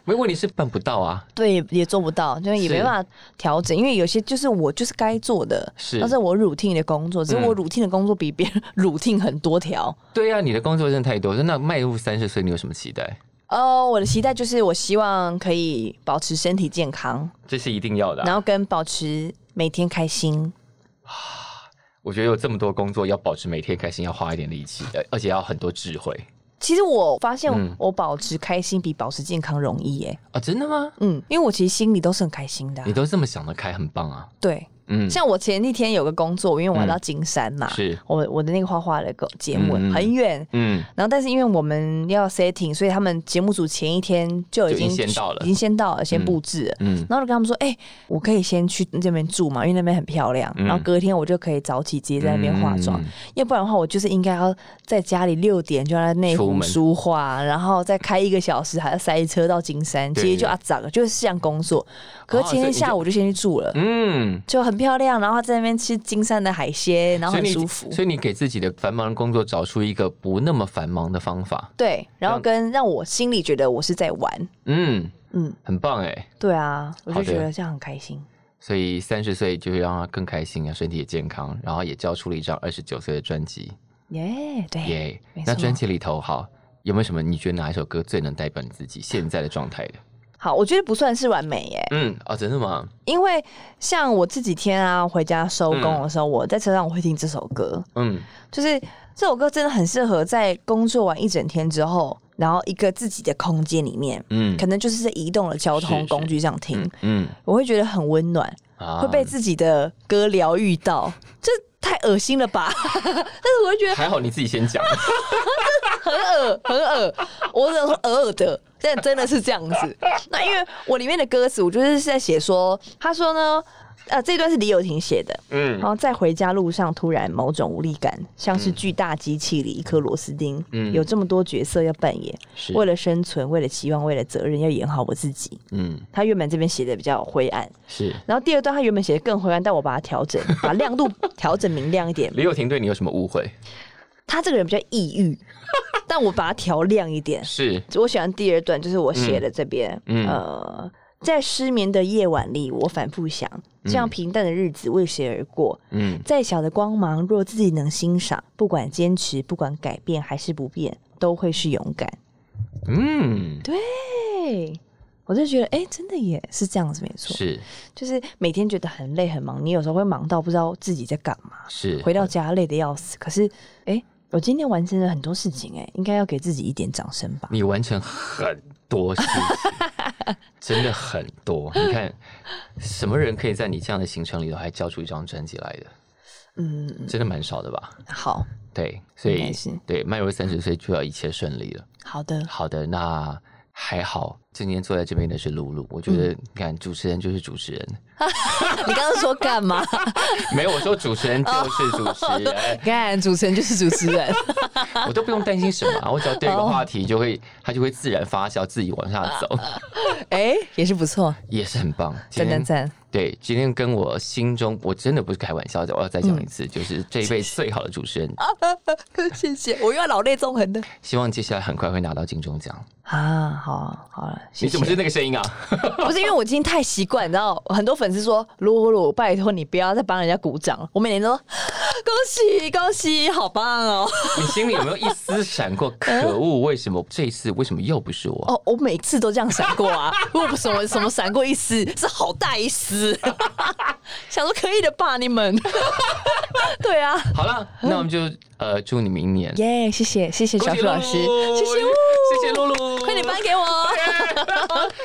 没问题是办不到啊，
对，也也做不到，就是也
是
没办法调整，因为有些就是我就是该做的，
是
那是我 routine 的工作，只是
嗯
我 routine 的工作比别人 routine 很多条。
对啊，你的工作真的太多。那迈入三十岁，你有什么期待？
哦、我的期待就是我希望可以保持身体健康，
这是一定要的啊、
然后跟保持每天开心。
我觉得有这么多工作，要保持每天开心，要花一点力气，呃而且要很多智慧
其实我发现
嗯
我保持开心比保持健康容易耶、
啊！真的吗？
嗯，因为我其实心里都是很开心的啊、
你都这么想得开，很棒啊！
对，
嗯，
像我前一天有个工作，因为我要到金山嘛，
是
我我的那个画画的节目、
嗯嗯嗯
很远，
嗯，
然后，但是因为我们要 setting，所以他们节目组前一天就已经
就已经先到了
已经先到了，先布置了。
嗯
然后就跟他们说：“哎、我可以先去这边住嘛，因为那边很漂亮。
嗯
然后隔天我就可以早起，直接在那边化妆。
嗯嗯嗯
要不然的话，我就是应该要在家里六点就要在内
出
湖
门
书画，然后再开一个小时，还要塞车到金山，
对
其实就啊早了，就是这样工作。可
哦
是前
所以
天
你就
下午就先去住了，
嗯，
就很漂亮，然后在那边吃金山的海鲜，然后
所以
很
你
舒服。
所以你给自己的繁忙的工作找出一个不那么繁忙的方法，
对，然后
让
跟让我心里觉得我是在玩。”
嗯，
嗯，
很棒哎。
对啊，我
好的
就觉得这样很开心。
所以三十岁就是让他更开心啊，身体也健康，然后也交出了一张二十九岁的专辑，
耶对
耶、
哎没错
那专辑里头好有没有什么你觉得哪一首歌最能代表你自己现在的状态的？
好，我觉得不算是完美耶，
嗯，哦，真的吗？
因为像我这几天啊回家收工
嗯
的时候，我在车上我会听这首歌，
嗯，
就是这首歌真的很适合在工作完一整天之后，然后一个自己的空间里面，
嗯
可能就是在移动的交
是
通
是
工具上听，
嗯嗯
我会觉得很温暖，
啊
会被自己的歌疗愈到，这太恶心了吧？ 但是
啊
我会觉得
还好你自己先讲，
很恶很恶，我有时候耳耳的，但真的是这样子。那因为我里面的歌词，我就是在写说，他说呢，呃，这段是李友廷写的，
嗯
然后在回家路上突然某种无力感，像是巨大机器里一颗螺丝钉，
嗯
有这么多角色要扮演，
是
为了生存，为了期望，为了责任，要演好我自己。
嗯
他原本这边写的比较灰暗，
是。
然后第二段他原本写的更灰暗，但我把它调整， 把亮度调整明亮一点。
李友廷对你有什么误会？
他这个人比较抑郁，但我把它调亮一点。
是
我喜欢第二段，就是我写的这边，
嗯嗯
呃，在失眠的夜晚里，我反复想，这样平淡的日子为谁而过？
嗯
再小的光芒，若自己能欣赏，不管坚持，不管改变还是不变，都会是勇敢。
嗯
对，我就觉得，哎、真的耶，是这样子，没错。
是
就是每天觉得很累很忙，你有时候会忙到不知道自己在干嘛，
是
回到家累得要死。可是，哎、我今天完成了很多事情、哎，应该要给自己一点掌声吧。
你完成很多事情， 真的很多。你看，什么人可以在你这样的行程里头还交出一张专辑来的？
嗯，
真的蛮少的吧？
好，
对，所
应
以
该是
对迈入三十岁就要一切顺利了。
好的，
好的，那还好，今天坐在这边的是露露。我觉得，
嗯
你看主持人就是主持人，
你刚刚说干嘛？
没有我说主持人就是主持人，哎
看主持人就是主持 人，
我都不用担心什么啊，我只要对一个话题就会，它就会自然发酵，自己往下走，
哎、也是不错，
也是很棒。今
赞
天
赞赞！
对，今天跟我心中，我真的不是开玩笑的，我要再讲一次，
嗯
就是这一辈子最好的主持人，
谢谢，我又要老泪纵横的
希望接下来很快会拿到金钟奖。
啊！好啊好了，谢
你
谢
怎么。是那个声音 啊？
不是因为我今天太习惯，然后很多粉丝说：“露露，拜托你不要再帮人家鼓掌了。”我每年都说 恭喜恭喜，好棒哦！
你心里有没有一丝闪过？可恶，为什么 这一次为什么又不是我？
哦，我每次都这样闪过啊， 我不什么什么闪过一丝，是好大一丝， 想说可以的吧，你们？ 对啊，
好了，那我们就呃，祝你明年
耶、谢谢谢谢小树老师，谢谢哦，
谢谢露露，
快点颁给我，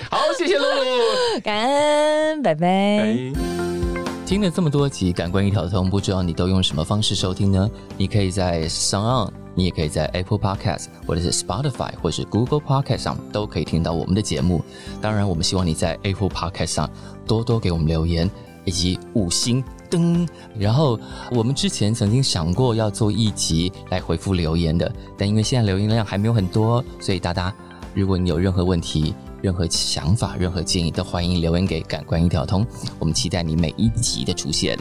好，谢谢露露。
感恩，拜
哎
拜。
听了这么多集《感官一条通》，不知道你都用什么方式收听呢？你可以在 s o n On，你也可以在 Apple Podcast 或者是 Spotify 或是 Google Podcast 上都可以听到我们的节目。当然，我们希望你在 Apple Podcast 上多多给我们留言以及五星。噔，然后我们之前曾经想过要做一集来回复留言的，但因为现在留言量还没有很多，所以大家如果你有任何问题、任何想法、任何建议，都欢迎留言给感官一条通。我们期待你每一集的出现。